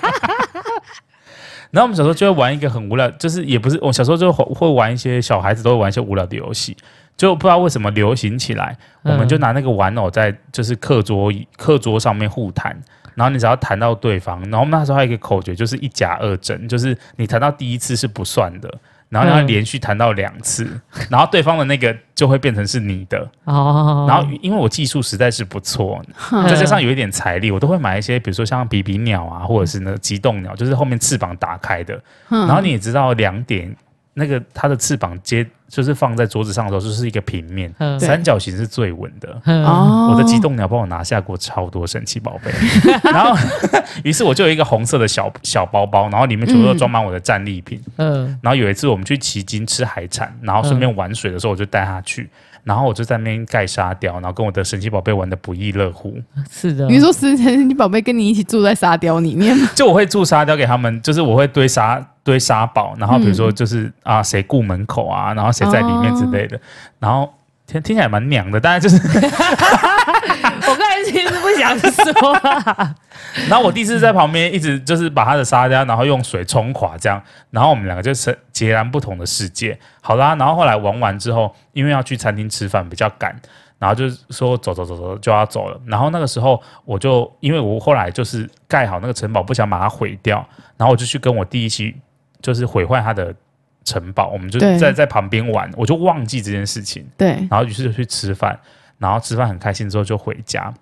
Speaker 1: 然后我们小时候就会玩一个很无聊，就是也不是我小时候就会会玩一些小孩子都会玩一些无聊的游戏，就不知道为什么
Speaker 2: 嗯
Speaker 1: 流行起来，我们就拿那个玩偶在就是课桌椅课桌上面互弹，然后你只要弹到对方，然后我们那时候还有一个口诀，就是一夹二整，就是你弹到第一次是不算的，然后你要
Speaker 2: 嗯
Speaker 1: 连续弹到两次， 然后对方的那个就会变成是你的。
Speaker 2: 哦，
Speaker 1: 然后因为我技术实在是不错，
Speaker 2: 嗯
Speaker 1: 再加上有一点财力，我都会买一些，比如说像比比鸟啊，或者是那个极冻鸟，就是后面翅膀打开的。
Speaker 3: 嗯
Speaker 1: 然后你也知道，两点那个它的翅膀接就是放在桌子上的时候，就是一个平面，
Speaker 2: 嗯
Speaker 3: 对
Speaker 1: 三角形是最稳的。
Speaker 2: 嗯
Speaker 3: 哦
Speaker 1: 我的极冻鸟帮我拿下过超多神奇宝贝， 然后于是我就有一个红色的小小包包，然后里面全部都装满我的战利品。
Speaker 2: 嗯
Speaker 1: 然后有一次我们去旗津吃海产，然后顺便玩水的时候，我就带他去，然后我就在那边盖沙雕，然后跟我的神奇宝贝玩的不亦乐乎。
Speaker 2: 是的，
Speaker 3: 你说神神奇宝贝跟你一起住在沙雕里面吗？
Speaker 1: 就我会住沙雕给他们，就是我会堆沙堆沙堡，然后比如说就是、啊谁顾门口啊，然后谁在里面之类的，然后。听听起来蛮娘的，但是就是，
Speaker 2: 我刚才其实不想说啊，
Speaker 1: 然后我弟是在旁边一直就是把他的沙雕，然后用水冲垮这样，然后我们两个就是截然不同的世界。好啦，然后后来玩完之后，因为要去餐厅吃饭比较赶，然后就是说走走走走就要走了。然后那个时候我就因为我后来就是盖好那个城堡，不想把它毁掉，然后我就去跟我弟一起就是毁坏他的城堡，我们就
Speaker 3: 对
Speaker 1: 在在旁边玩，我就忘记这件事情。
Speaker 3: 对，
Speaker 1: 然后于是就去吃饭，然后吃饭很开心之后就回家。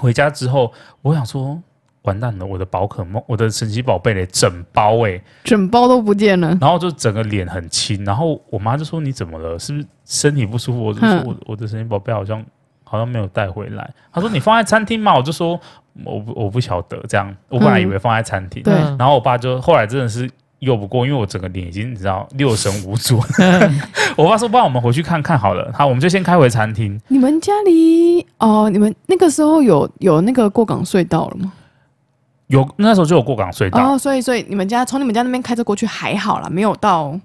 Speaker 1: 回家之后，我想说，完蛋了，我的宝可梦，我的神奇宝贝嘞，整包哎、
Speaker 3: 整包都不见了。
Speaker 1: 然后就整个脸很青，然后我妈就说你怎么了？是不是身体不舒服？我就说
Speaker 3: 嗯
Speaker 1: 我我的神奇宝贝好像好像没有带回来。她说你放在餐厅嘛，我就说我不我不晓得这样，我本来以为放在餐厅，
Speaker 3: 对
Speaker 2: 嗯
Speaker 1: 然后我爸就后来真的是拗不过，因为我整个脸已经你知道六神无主。
Speaker 3: 嗯
Speaker 1: 我爸说不然我们回去看看好了，好我们就先开回餐厅。
Speaker 3: 你们家离哦，你们那个时候有有那个过港隧道了吗？
Speaker 1: 有那时候就有过港隧道，
Speaker 3: 哦，所以所以你们家从你们家那边开车过去还好啦，没有到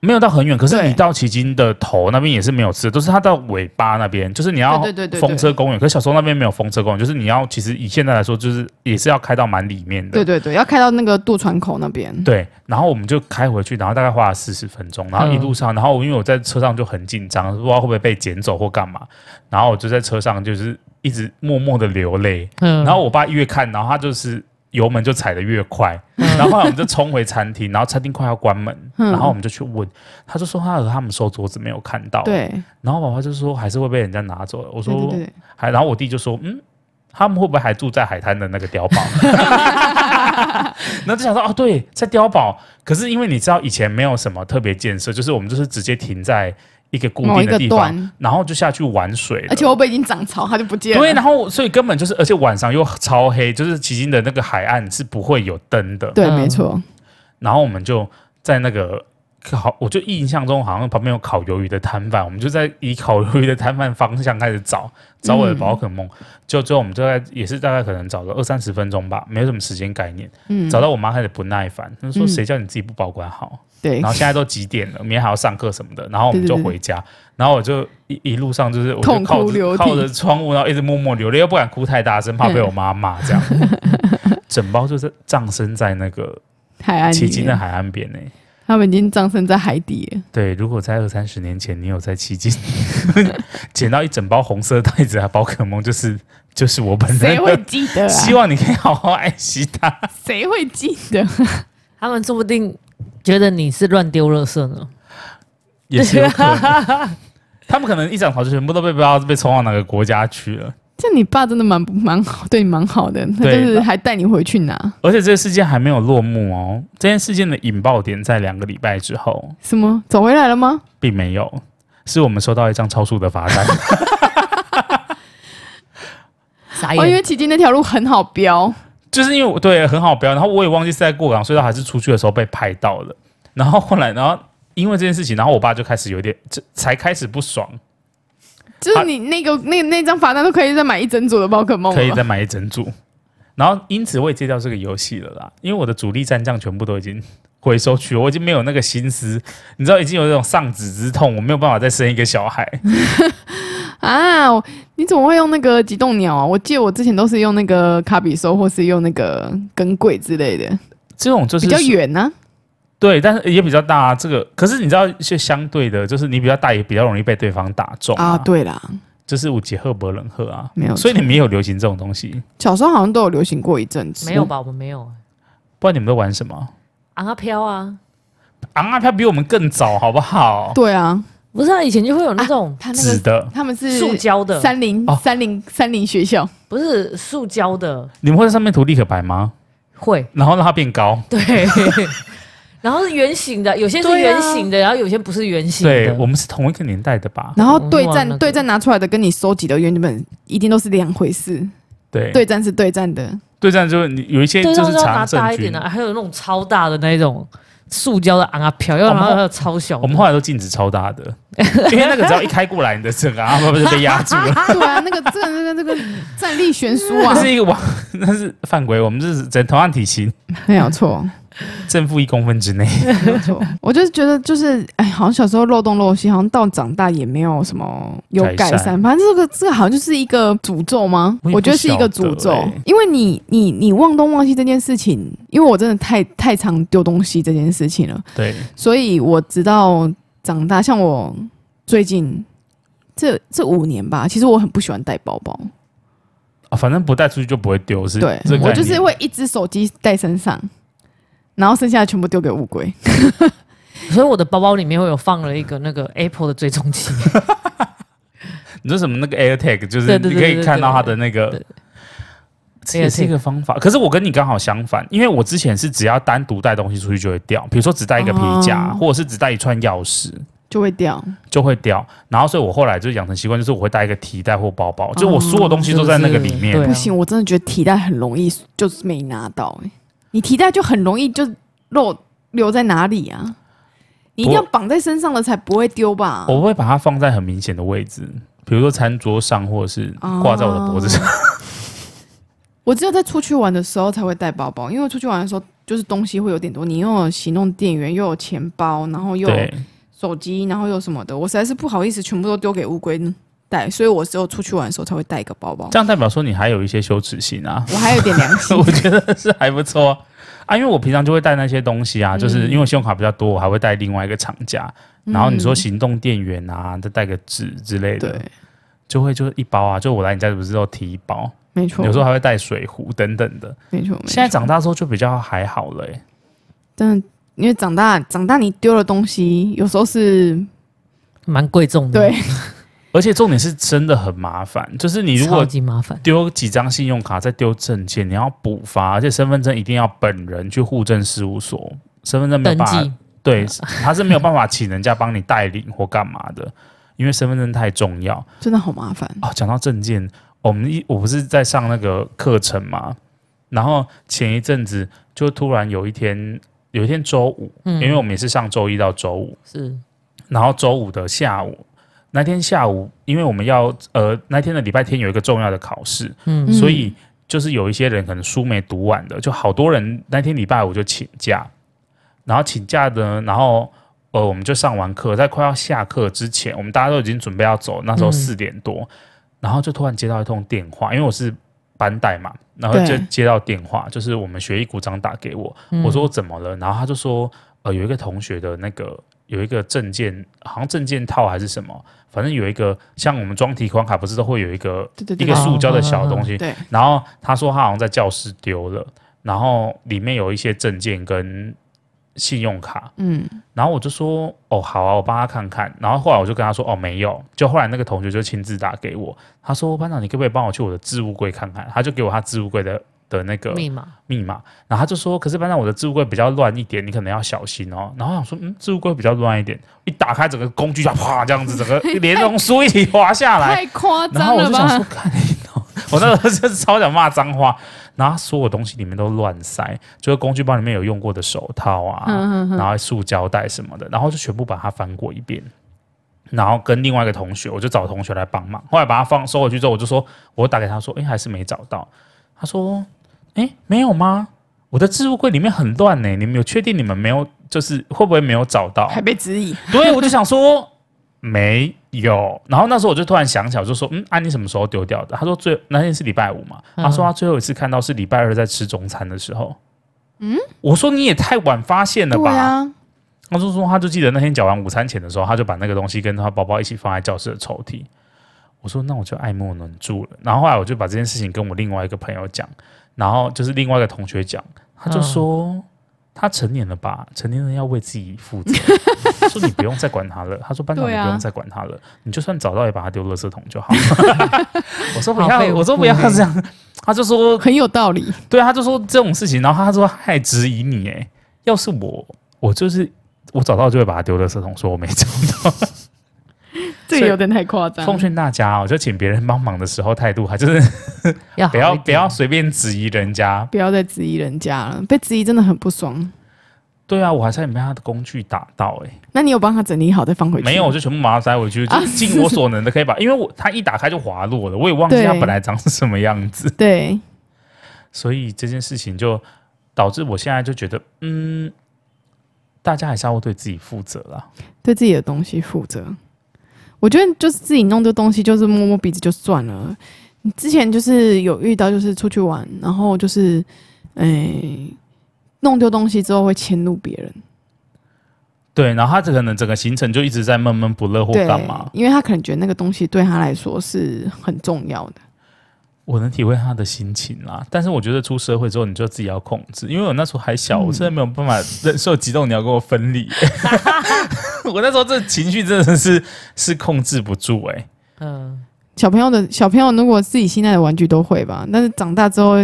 Speaker 1: 没有到很远，可是
Speaker 3: 对
Speaker 1: 你到旗津的头那边也是没有吃的，都是它到尾巴那边，就是你要
Speaker 3: 对对对对对
Speaker 1: 风车公园。可是小时候那边没有风车公园，就是你要其实以现在来说，就是也是要开到蛮里面的。
Speaker 3: 对对对，要开到那个渡船口那边。
Speaker 1: 对，然后我们就开回去，然后大概花了四十分钟，然
Speaker 3: 嗯
Speaker 1: 后一路上，然后因为我在车上就很紧张，不知道会不会被捡走或干嘛，然后我就在车上就是一直默默的流泪，
Speaker 2: 嗯
Speaker 1: 然后我爸越看，然后他就是油门就踩得越快，
Speaker 2: 嗯
Speaker 1: 然后后来我们就冲回餐厅，然后餐厅快要关门，
Speaker 3: 嗯
Speaker 1: 然后我们就去问，他就说他和他们收桌子没有看到，，
Speaker 3: 对
Speaker 1: 然后爸爸就说还是会被人家拿走的，我
Speaker 3: 对
Speaker 1: 说
Speaker 3: 对对对，
Speaker 1: 还，然后我弟就说嗯。他们会不会还住在海滩的那个碉堡？ 然后就想说哦，对，在碉堡。可是因为你知道以前没有什么特别建设，就是我们就是直接停在一个固
Speaker 3: 某
Speaker 1: 定
Speaker 3: 一
Speaker 1: 的
Speaker 3: 个
Speaker 1: 地方，
Speaker 3: 段，
Speaker 1: 然后就下去玩水了。
Speaker 3: 而且我被已经涨潮，它就不见了。
Speaker 1: 对，然后所以根本就是，而且晚上又超黑，就是奇津的那个海岸是不会有灯的。
Speaker 3: 对，
Speaker 2: 嗯
Speaker 3: 没错，
Speaker 1: 然后我们就在那个烤，我就印象中好像旁边有烤鱿鱼的摊贩，我们就在以烤鱿鱼的摊贩方向开始找找我的宝可梦。就最后我们就在也是大概可能找了二三十分钟吧，没什么时间概念。
Speaker 3: 嗯，
Speaker 1: 找到我妈开始不耐烦，她说：“
Speaker 3: 嗯
Speaker 1: 谁叫你自己不保管好？”
Speaker 3: 对
Speaker 1: 然，后现在都几点了，明天还要上课什么的，然后我们就回家，然后我就一一路上就是我就
Speaker 3: 痛哭
Speaker 1: 靠着
Speaker 3: 流涕
Speaker 1: 靠着窗户，然后一直默默流泪，又不敢哭太大声，怕被我妈骂这样。 整包就是葬身在那个
Speaker 3: 海岸
Speaker 1: 迄
Speaker 3: 里
Speaker 1: 今的
Speaker 3: 面，
Speaker 1: 海岸边呢、
Speaker 3: 他们已经葬身在海底了。
Speaker 1: 对，如果在二三十年前，你有在迄今 捡到一整包红色袋子的啊宝可梦，就是就是我本
Speaker 3: 谁
Speaker 1: 人
Speaker 3: 会啊记 得 啊？
Speaker 1: 希望你可以好好爱惜它。
Speaker 3: 谁会记得？
Speaker 2: 他们说不定觉得你是乱丢垃圾呢。
Speaker 1: 也是有可能。他们可能一涨潮就全部都被不知道被冲到哪个国家去了，
Speaker 3: 这样你爸真的蛮不蛮好，对你蛮好的，他
Speaker 1: 对
Speaker 3: 就是还带你回去拿
Speaker 1: 而且这个事件还没有落幕哦。这件事件的引爆点在两个礼拜之后，
Speaker 3: 什么？走回来了吗？
Speaker 1: 并没有，是我们收到一张超速的罚单。
Speaker 2: 傻
Speaker 3: 哦，
Speaker 2: 眼，
Speaker 3: 因为迄今那条路很好标，
Speaker 1: 就是因为我对很好标，然后我也忘记是在过港隧道还是出去的时候被拍到了。然后后来，然后因为这件事情，然后我爸就开始有点，这才开始不爽，
Speaker 3: 就是你那个那那张罚单都可以再买一整组的宝可梦了，哦
Speaker 1: 可以再买一整组。然后因此我也戒掉这个游戏了啦，因为我的主力战将全部都已经回收去了，我已经没有那个心思，你知道已经有这种丧子之痛，我没有办法再生一个小孩。
Speaker 3: 啊！我你怎么会用那个极冻鸟啊？我记得我之前都是用那个卡比兽，或是用那个根贵之类的，
Speaker 1: 这种就是
Speaker 3: 比较远啊呢、
Speaker 1: 对，但是也比较大、啊。这个可是你知道，就相对的，就是你比较大也比较容易被对方打中
Speaker 3: 啊。对啦，
Speaker 1: 就是有节喝不冷喝啊，
Speaker 3: 没有
Speaker 1: 所以你们也有流行这种东西，
Speaker 3: 小时候好像都有流行过一阵子，
Speaker 2: 没有吧？我们没有
Speaker 1: 不然你们都玩什么？
Speaker 2: 昂啊飘啊，
Speaker 1: 昂啊，他比我们更早，好不好？
Speaker 3: 对啊，不
Speaker 2: 不是啊，以前就会有那种
Speaker 3: 他那
Speaker 1: 纸
Speaker 3: 个
Speaker 1: 的，
Speaker 3: 他们是
Speaker 2: 塑胶的，
Speaker 3: 三零
Speaker 1: 哦
Speaker 3: 三零三零学校，
Speaker 2: 不是塑胶的，
Speaker 1: 你们会在上面涂立可白吗？
Speaker 2: 会
Speaker 1: 然后让它变高？
Speaker 2: 对。 然后是圆形的，有些是
Speaker 3: 对啊
Speaker 2: 圆形的，然后有些不是圆形的。
Speaker 1: 对，我们是同一个年代的吧？
Speaker 3: 然后
Speaker 2: 我
Speaker 3: 对
Speaker 2: 忘了那
Speaker 3: 战
Speaker 2: 个
Speaker 3: 对战拿出来的跟你收集的原本一定都是两回事，
Speaker 1: 对
Speaker 3: 对战是对战的，
Speaker 1: 对战就是你有一些
Speaker 2: 对，
Speaker 1: 就
Speaker 2: 到
Speaker 1: 是
Speaker 2: 时候拿
Speaker 1: 查
Speaker 2: 大
Speaker 1: 证
Speaker 2: 一
Speaker 1: 据
Speaker 2: 点的、，啊还有那种超大的那种塑胶的昂啊飘，要
Speaker 1: 我们
Speaker 2: 拿
Speaker 1: 后
Speaker 2: 到超小的。
Speaker 1: 我们后来都禁止超大的，因为那个只要一开过来，你的整个阿妈就被压住了。
Speaker 3: 对啊，那个这个这个这个战力悬殊啊
Speaker 1: 那，是一个网， 那是犯规。我们是整同样体型，
Speaker 3: 没有错，
Speaker 1: 正负一公分之内。
Speaker 3: 没有 错。我就是觉得就是哎，好像小时候漏洞漏西，好像到长大也没有什么有
Speaker 1: 改
Speaker 3: 改
Speaker 1: 善
Speaker 3: 善。反正这个这个好像就是一个诅咒吗？
Speaker 1: 我也不
Speaker 3: 我觉得是一个诅
Speaker 1: 晓
Speaker 3: 咒，
Speaker 1: 得欸
Speaker 3: 因为你你你忘东忘西这件事情，因为我真的太太常丢东西这件事情了。
Speaker 1: 对，
Speaker 3: 所以我直到长大，像我最近这这五年吧，其实我很不喜欢带包包，
Speaker 1: 啊，反正不带出去就不会丢，是
Speaker 3: 对
Speaker 1: 这个概念
Speaker 3: 我就是会一只手机带身上，然后剩下的全部丢给乌龟。
Speaker 2: 所以我的包包里面会有放了一个那个 Apple 的追踪器，
Speaker 1: 你说什么那个 AirTag，就是
Speaker 2: 对对
Speaker 1: 你
Speaker 2: 对
Speaker 1: 可
Speaker 2: 对
Speaker 1: 以看到它的那
Speaker 2: 对
Speaker 1: 个
Speaker 2: 对。
Speaker 1: 这也是一个方法，可是我跟你刚好相反，因为我之前是只要单独带东西出去就会掉，比如说只带一个皮夹，
Speaker 3: 哦
Speaker 1: 或者是只带一串钥匙
Speaker 3: 就会掉，
Speaker 1: 就会掉，然后所以我后来就养成习惯，就是我会带一个提袋或包包，就我所有东西都在那个里面。
Speaker 2: 是哦不是对啊
Speaker 3: 不行，我真的觉得提袋很容易就是没拿到、欸，你提袋就很容易就漏留在哪里啊？你一定要
Speaker 1: 不
Speaker 3: 绑在身上了才不会丢吧？
Speaker 1: 我会把它放在很明显的位置，比如说餐桌上，或者是挂在我的脖子上。
Speaker 2: 哦
Speaker 3: 我只有在出去玩的时候才会带包包，因为出去玩的时候就是东西会有点多，你又有行动电源，又有钱包，然后又有
Speaker 1: 对，
Speaker 3: 手机，然后又什么的，我实在是不好意思全部都丢给乌龟带，所以我只有出去玩的时候才会带一个包包。
Speaker 1: 这样代表说你还有一些羞耻心啊。
Speaker 3: 我还有点良 心
Speaker 1: 我，觉得是还不错啊，因为我平常就会带那些东西
Speaker 3: 嗯
Speaker 1: 啊，就是因为信用卡比较多，我还会带另外一个厂家。然后你说行动电源啊，再带个纸之类
Speaker 3: 嗯对
Speaker 1: 的，，就会就是一包啊，就我来你家不是都提一包，
Speaker 3: 没错，
Speaker 1: 有时候还会带水壶等等的。
Speaker 3: 没错，没
Speaker 1: 现在
Speaker 3: 错，
Speaker 1: 长大之后就比较还好了、欸，
Speaker 3: 真的，因为长大长大，你丢了东西，有时候是
Speaker 2: 蛮贵重
Speaker 1: 嗯
Speaker 2: 的，
Speaker 3: 对，
Speaker 1: 而且重点是真的很麻烦，就是你如
Speaker 2: 超
Speaker 1: 果
Speaker 2: 级麻烦。
Speaker 1: 丢几张信用卡，再丢证件，你要补发，而且身份证一定要本人去户政事务所，身份证没有
Speaker 2: 登
Speaker 1: 办法
Speaker 2: 记
Speaker 1: 对，他是没有办法请人家帮你代领或干嘛的，因为身份证太重要
Speaker 3: 真的好麻烦。
Speaker 1: 哦。讲到证件，我们一我不是在上那个课程嘛，然后前一阵子就突然有一天，有一天周五，
Speaker 2: 嗯
Speaker 1: 因为我们也是上周一到周五，
Speaker 2: 是
Speaker 1: 然后周五的下午，那天下午，因为我们要呃那天的礼拜天有一个重要的考试，
Speaker 2: 嗯
Speaker 1: 所以就是有一些人可能书没读完的，就好多人那天礼拜五就请假，然后请假呢，然后呃我们就上完课，在快要下课之前，我们大家都已经准备要走，那时候
Speaker 2: 嗯
Speaker 1: 四点多，然后就突然接到一通电话，因为我是班带嘛，然后就
Speaker 3: 对
Speaker 1: 接到电话，
Speaker 3: 嗯
Speaker 1: 就是我们学艺股长打给我，
Speaker 2: 嗯
Speaker 1: 我说怎么了？然后他就说，呃，有一个同学的那个有一个证件，好像证件套还是什么，反正有一个像我们装提款卡不是都会有一个
Speaker 3: 对对
Speaker 1: 一
Speaker 3: 对
Speaker 1: 个
Speaker 3: 对嗯
Speaker 1: 塑胶的小东西，
Speaker 3: 对，
Speaker 1: 然后他说他好像在教室丢了，然后里面有一些证件跟信用卡，
Speaker 3: 嗯，
Speaker 1: 然后我就说哦好啊，我帮他看看。然后后来我就跟他说哦没有，就后来那个同学就亲自打给我，他说班长你可不可以帮我去我的置物柜看看？他就给我他置物柜的的那个
Speaker 2: 密码
Speaker 1: 密码，然后他就说：“嗯可是班长，我的置物柜比较乱一点，你可能要小心哦。”然后我想说：“嗯，置物柜比较乱一点。”一打开，整个工具就啪这样子，整个连同书一起滑下来。
Speaker 3: 太夸
Speaker 1: 然后
Speaker 3: 张
Speaker 1: 我
Speaker 3: 了
Speaker 1: 就想说
Speaker 3: 吧？：“
Speaker 1: 看你懂。”我那时候 真是超想骂脏话。然后所有东西里面都乱塞，就是工具包里面有用过的手套啊，
Speaker 3: 嗯嗯嗯
Speaker 1: 然后塑胶袋什么的，然后就全部把它翻过一遍。然后跟另外一个同学，我就找同学来帮忙。后来把它放收回去之后，我就说，我打给他说，哎，还是没找到。他说，哎，没有吗？我的置物柜里面很乱呢、你们有确定你们没有，就是会不会没有找到？
Speaker 3: 还被质疑，
Speaker 1: 对，我就想说没有。然后那时候我就突然想起来，我就说，嗯，啊，你什么时候丢掉的？他说最那天是礼拜五嘛，他说他最后一次看到是礼拜二在吃中餐的时候。嗯，我说你也太晚发现了
Speaker 3: 对
Speaker 1: 吧？
Speaker 3: 啊，
Speaker 1: 他就说他就记得那天缴完午餐钱的时候，他就把那个东西跟他包包一起放在教室的抽屉。我说那我就爱莫能助了。然后后来我就把这件事情跟我另外一个朋友讲，然后就是另外一个同学讲，他就说、他成年了吧，成年人要为自己负 责。我说你不用再管他了。他说班长你
Speaker 3: 对啊
Speaker 1: 不用再管他了，你就算找到也把他丢垃圾桶就好。 我说不
Speaker 2: 好被
Speaker 1: 要，
Speaker 2: 我
Speaker 1: 我说不要
Speaker 2: 忽略
Speaker 1: 这样。他就说
Speaker 3: 很有道理。
Speaker 1: 对啊，他就说这种事情，然后他说他还质疑你，哎，要是我，我就是我找到就会把它丢垃圾桶，说我没找到。
Speaker 3: 这
Speaker 1: 所
Speaker 3: 个
Speaker 1: 以
Speaker 3: 有点太夸张。
Speaker 1: 奉劝大家哦，就请别人帮忙的时候态度还就是
Speaker 2: 要
Speaker 1: 不要不要随便质疑人家。
Speaker 3: 不要再质疑人家了，被质疑真的很不爽。
Speaker 1: 对啊，我还差点被他的工具打到哎、
Speaker 3: 那你有帮他整理好再放回去？
Speaker 1: 没有，我，就全部把它塞回去，
Speaker 3: 啊
Speaker 1: 就尽我所能的可 以把，因为我它一打开就滑落了，我也忘记它
Speaker 3: 对
Speaker 1: 本来长什么样子。
Speaker 3: 对，
Speaker 1: 所以这件事情就导致我现在就觉得，嗯，大家还是要对自己负责啦。
Speaker 3: 对自己的东西负责。我觉得就是自己弄这东西，就是摸摸鼻子就算了。你之前就是有遇到，就是出去玩，然后就是，哎、弄丢东西之后会迁怒别人，
Speaker 1: 对，然后他这可能整个行程就一直在闷闷不乐或
Speaker 3: 对
Speaker 1: 干嘛，，
Speaker 3: 因为他可能觉得那个东西对他来说是很重要的。
Speaker 1: 我能体会他的心情啦。但是我觉得出社会之后，你就自己要控制，因为我那时候还小，我真的没有办法忍受激动，你要跟我分离。 我那时候这情绪真的是是控制不住哎、
Speaker 2: 嗯，
Speaker 3: 小朋友的小朋友，如果自己心爱的玩具都会吧，但是长大之后，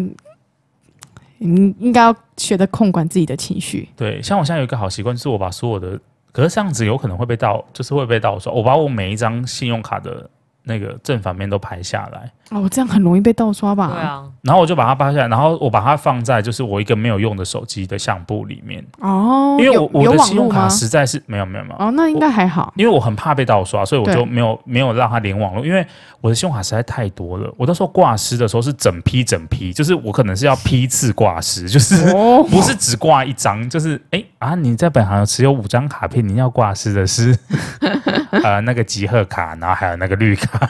Speaker 3: 你应该要学着控管自己的情绪。
Speaker 1: 对，像我现在有一个好习惯，就是我把所有的，可是这样子有可能会被盗，就是会被盗刷。哦我把我每一张信用卡的那个正反面都排下来，
Speaker 3: 哦，这样很容易被盗刷吧？
Speaker 2: 对啊，
Speaker 1: 然后我就把它扒下来，然后我把它放在就是我一个没有用的手机的相簿里面，
Speaker 3: 哦，
Speaker 1: 因为
Speaker 3: 有
Speaker 1: 我我
Speaker 3: 有
Speaker 1: 的
Speaker 3: 网
Speaker 1: 信用
Speaker 3: 络
Speaker 1: 卡
Speaker 3: 吗？
Speaker 1: 实在是没有没有没有。
Speaker 3: 哦，那应该还好。
Speaker 1: 因为我很怕被盗刷，所以我就
Speaker 3: 对
Speaker 1: 没有没有让他连网络，因为我的信用卡实在太多了。我到时候挂失的时候是整批整批，就是我可能是要批次挂失， 就是
Speaker 3: 哦，
Speaker 1: 不是只挂一张，就是哎、啊，你在本行有持有五张卡片，你要挂失的是 呃那个集贺卡，然后还有那个绿卡，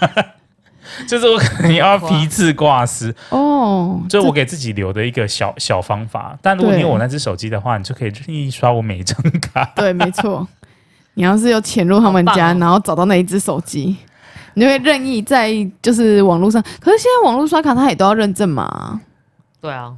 Speaker 1: 就是我可能要批次挂失，
Speaker 3: 哦，
Speaker 1: 这是我给自己留的一个小小方法。但如果你有我那只手机的话，你就可以任意刷我每一张卡。
Speaker 3: 对，没错。 你要是有潜入他们
Speaker 2: 好
Speaker 3: 家，
Speaker 2: 棒哦
Speaker 3: 然后找到那一只手机，你就会任意在就是网络上。可是现在网络刷卡，它也都要认证嘛？
Speaker 2: 对啊，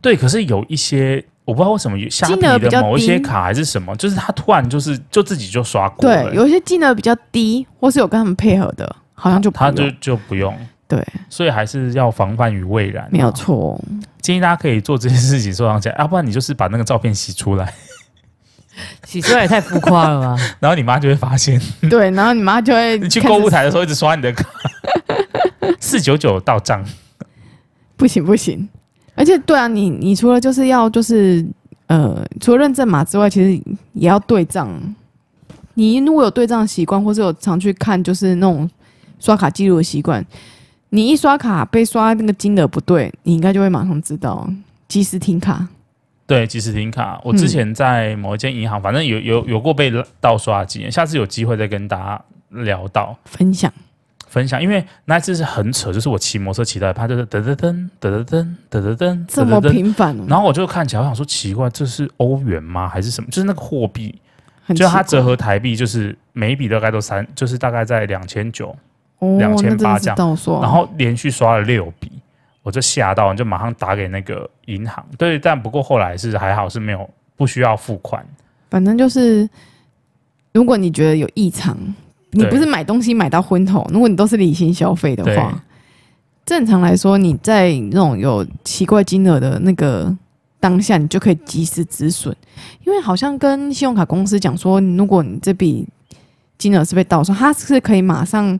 Speaker 1: 对，可是有一些我不知道为什么有虾皮
Speaker 3: 金额比
Speaker 1: 的
Speaker 3: 较
Speaker 1: 某一些
Speaker 3: 低
Speaker 1: 卡还是什么，就是他突然就是就自己就刷过
Speaker 3: 对
Speaker 1: 了，，
Speaker 3: 有一些金额比较低，或是有跟他们配合的，好像就不
Speaker 1: 他就
Speaker 3: 用
Speaker 1: 就不用。
Speaker 3: 对，
Speaker 1: 所以还是要防范于未然、啊
Speaker 3: 没有，错。
Speaker 1: 建议大家可以做这件事情收藏起来，要、啊不然你就是把那个照片洗出来，
Speaker 2: 洗出来也太浮夸了吧？
Speaker 1: 然后你妈就会发 现
Speaker 3: 对，然后你妈就会
Speaker 1: 嗯 你去
Speaker 3: 开
Speaker 1: 购
Speaker 3: 始
Speaker 1: 物台的时候一直刷你的卡，四九九到账。
Speaker 3: 不行不行，而且对啊，你你除了就是要就是呃，除了认证码之外，其实也要对账。你如果有对账的习惯，或是有常去看就是那种刷卡记录的习惯，你一刷卡被刷那个金额不对，你应该就会马上知道，及时停卡。
Speaker 1: 对，即时停卡。
Speaker 3: 嗯
Speaker 1: 我之前在某一间银行，反正有有有过被盗刷的经验，下次有机会再跟大家聊到。
Speaker 3: 分享
Speaker 1: 分享，因为那一次是很扯，就是我骑摩托车骑到一半，就是噔噔噔噔噔噔噔噔噔，
Speaker 3: 这么
Speaker 1: 噔噔噔。
Speaker 3: 频繁、哦，
Speaker 1: 然后我就看起来，我想说奇怪，这是欧元吗？还是什么？就是那个货币，
Speaker 3: 很
Speaker 1: 就是它
Speaker 3: 奇怪
Speaker 1: 折合台币，就是每一笔大概都三，就是大概在两千九，
Speaker 3: 哦，那
Speaker 1: 2800
Speaker 3: 真的是
Speaker 1: 这样
Speaker 3: 到啊说，
Speaker 1: 然后连续刷了六笔，我就吓到，就马上打给那个银行。对，但不过后来是还好是没有不需要付款，
Speaker 3: 反正就是，如果你觉得有异常，你
Speaker 1: 对
Speaker 3: 不是买东西买到昏头，如果你都是理性消费的
Speaker 1: 对
Speaker 3: 话，正常来说，你在那种有奇怪金额的那个当下，你就可以及时止损，因为好像跟信用卡公司讲说，如果你这笔金额是被盗刷，它是可以马上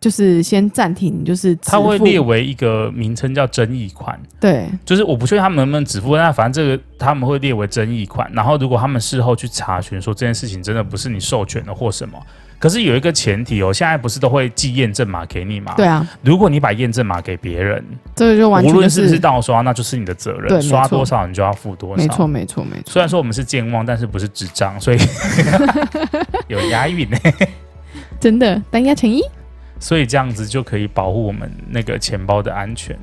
Speaker 3: 就是先暂停，就是止
Speaker 1: 它会
Speaker 3: 付
Speaker 1: 列为一个名称叫争议款。
Speaker 3: 对
Speaker 1: 就是我不确定他们能不能止付，但反正这个他们会列为争议款。然后如果他们事后去查询说这件事情真的不是你授权的或什么，可是有一个前提哦，现在不是都会寄验证码给你吗？
Speaker 3: 对。啊，
Speaker 1: 如果你把验证码给别人，
Speaker 3: 这个就完
Speaker 1: 无
Speaker 3: 全就
Speaker 1: 论是不是盗刷，那就是你的责
Speaker 3: 对
Speaker 1: 任，
Speaker 3: 没错
Speaker 1: 刷多少你就要付多少。
Speaker 3: 没错，没错没错
Speaker 1: 虽，然说我们是健忘，但是不是智障，所以 有押韵 呢、
Speaker 3: 真的单押成一。
Speaker 1: 所以这样子就可以保护我们那个钱包的安全。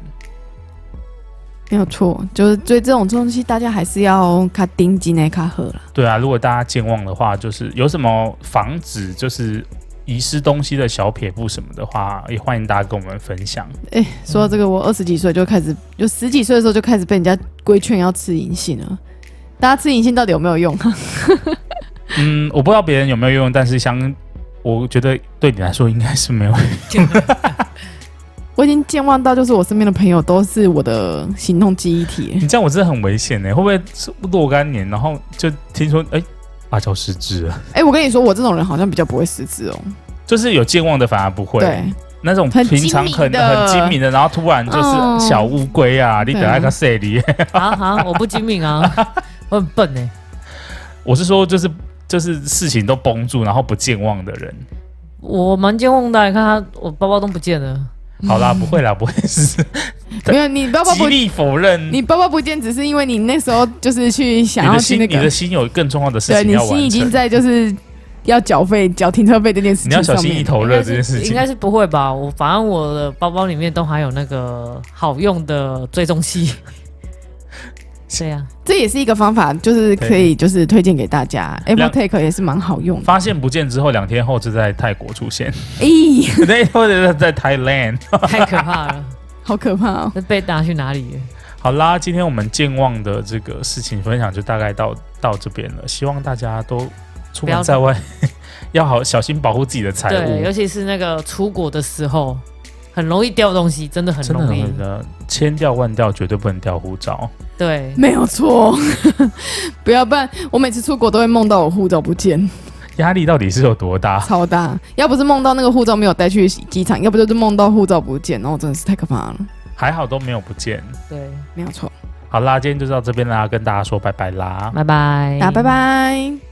Speaker 3: 没有错，就是对这种东西，大家还是要卡盯紧诶，卡喝啦。
Speaker 1: 对啊，如果大家健忘的话，就是有什么防止就是遗失东西的小撇步什么的话，也欢迎大家跟我们分享。
Speaker 3: 哎、说到这个，我二十几岁就开始，就十几岁的时候就开始被人家规劝要吃银杏了。大家吃银杏到底有没有用？
Speaker 1: 嗯，我不知道别人有没有用，但是相我觉得对你来说应该是没有。
Speaker 3: 我已经健忘到，就是我身边的朋友都是我的行动记忆体。
Speaker 1: 你这样我真的很危险欸呢、会不会是若干年，然后就听说哎、芭蕉失智了？
Speaker 3: 哎、我跟你说，我这种人好像比较不会失智哦。
Speaker 1: 就是有健忘的反而不会，
Speaker 3: 对，
Speaker 1: 那种
Speaker 3: 很
Speaker 1: 平常
Speaker 3: 精
Speaker 1: 很
Speaker 3: 明的
Speaker 1: 很精明的，然后突然就是小乌龟啊，你等下个谁理？
Speaker 2: 啊啊！我不精明啊， 我很笨欸呢、
Speaker 1: 我是说就是就是事情都绷住，然后不健忘的人。
Speaker 2: 我蛮健忘的，你看他，我包包都不见了。
Speaker 1: 好啦，不会啦，不会是对
Speaker 3: 没有你包包
Speaker 1: 极
Speaker 3: 嗯啊不，
Speaker 1: 力否认。
Speaker 3: 你包包不见，只是因为你那时候就是去想
Speaker 1: 你
Speaker 3: 要
Speaker 1: 的
Speaker 3: 去
Speaker 1: 心，
Speaker 3: 那
Speaker 1: 你
Speaker 3: 个
Speaker 1: 的，心有更重要的事
Speaker 3: 对
Speaker 1: 情
Speaker 3: 你
Speaker 1: 要
Speaker 3: 心已
Speaker 1: 完
Speaker 3: 经
Speaker 1: 成，
Speaker 3: 在就是要缴费、缴停车费这件事
Speaker 1: 你要
Speaker 3: 情
Speaker 1: 小
Speaker 3: 上
Speaker 1: 心一
Speaker 3: 面。
Speaker 1: 头
Speaker 2: 应
Speaker 1: 热
Speaker 2: 该
Speaker 1: 这件事
Speaker 2: 是应
Speaker 1: 情。
Speaker 2: 该是不会吧？我反正我的包包里面都还有那个好用的追 踪器。对啊呀、
Speaker 3: 这也是一个方法，就是可以就是推荐给大家。Apple
Speaker 1: 两
Speaker 3: Take 也是蛮 好用的。
Speaker 1: 发现不见之后，两天后就在泰国出 现，
Speaker 3: 咦、
Speaker 1: 对，或者是在 Thailand。
Speaker 2: 太可怕了！
Speaker 3: 好可怕哦！
Speaker 2: 那被拿去哪里了？
Speaker 1: 好啦，今天我们健忘的这个事情分享就大概到到这边了，希望大家都出
Speaker 2: 不要
Speaker 1: 门在外 要好小心保护自己的财
Speaker 2: 对，
Speaker 1: 物
Speaker 2: 尤，其是那个出国的时候，很容易掉东西，真的很
Speaker 1: 真的
Speaker 2: 容易。
Speaker 1: 很的千掉万掉，绝对不能掉护照。
Speaker 2: 对，
Speaker 3: 没有错， 不要不然我每次出国都会梦到我护照不见，
Speaker 1: 压力到底是有多大？
Speaker 3: 超大。要不是梦到那个护照没有带去机场，要不就是梦到护照不见，然后真的是太可怕了。
Speaker 1: 还好都没有不见。
Speaker 2: 对，
Speaker 3: 没有错，
Speaker 1: 好啦，今天就到这边啦，跟大家说拜拜啦，
Speaker 2: 拜拜，
Speaker 3: 大家拜。拜。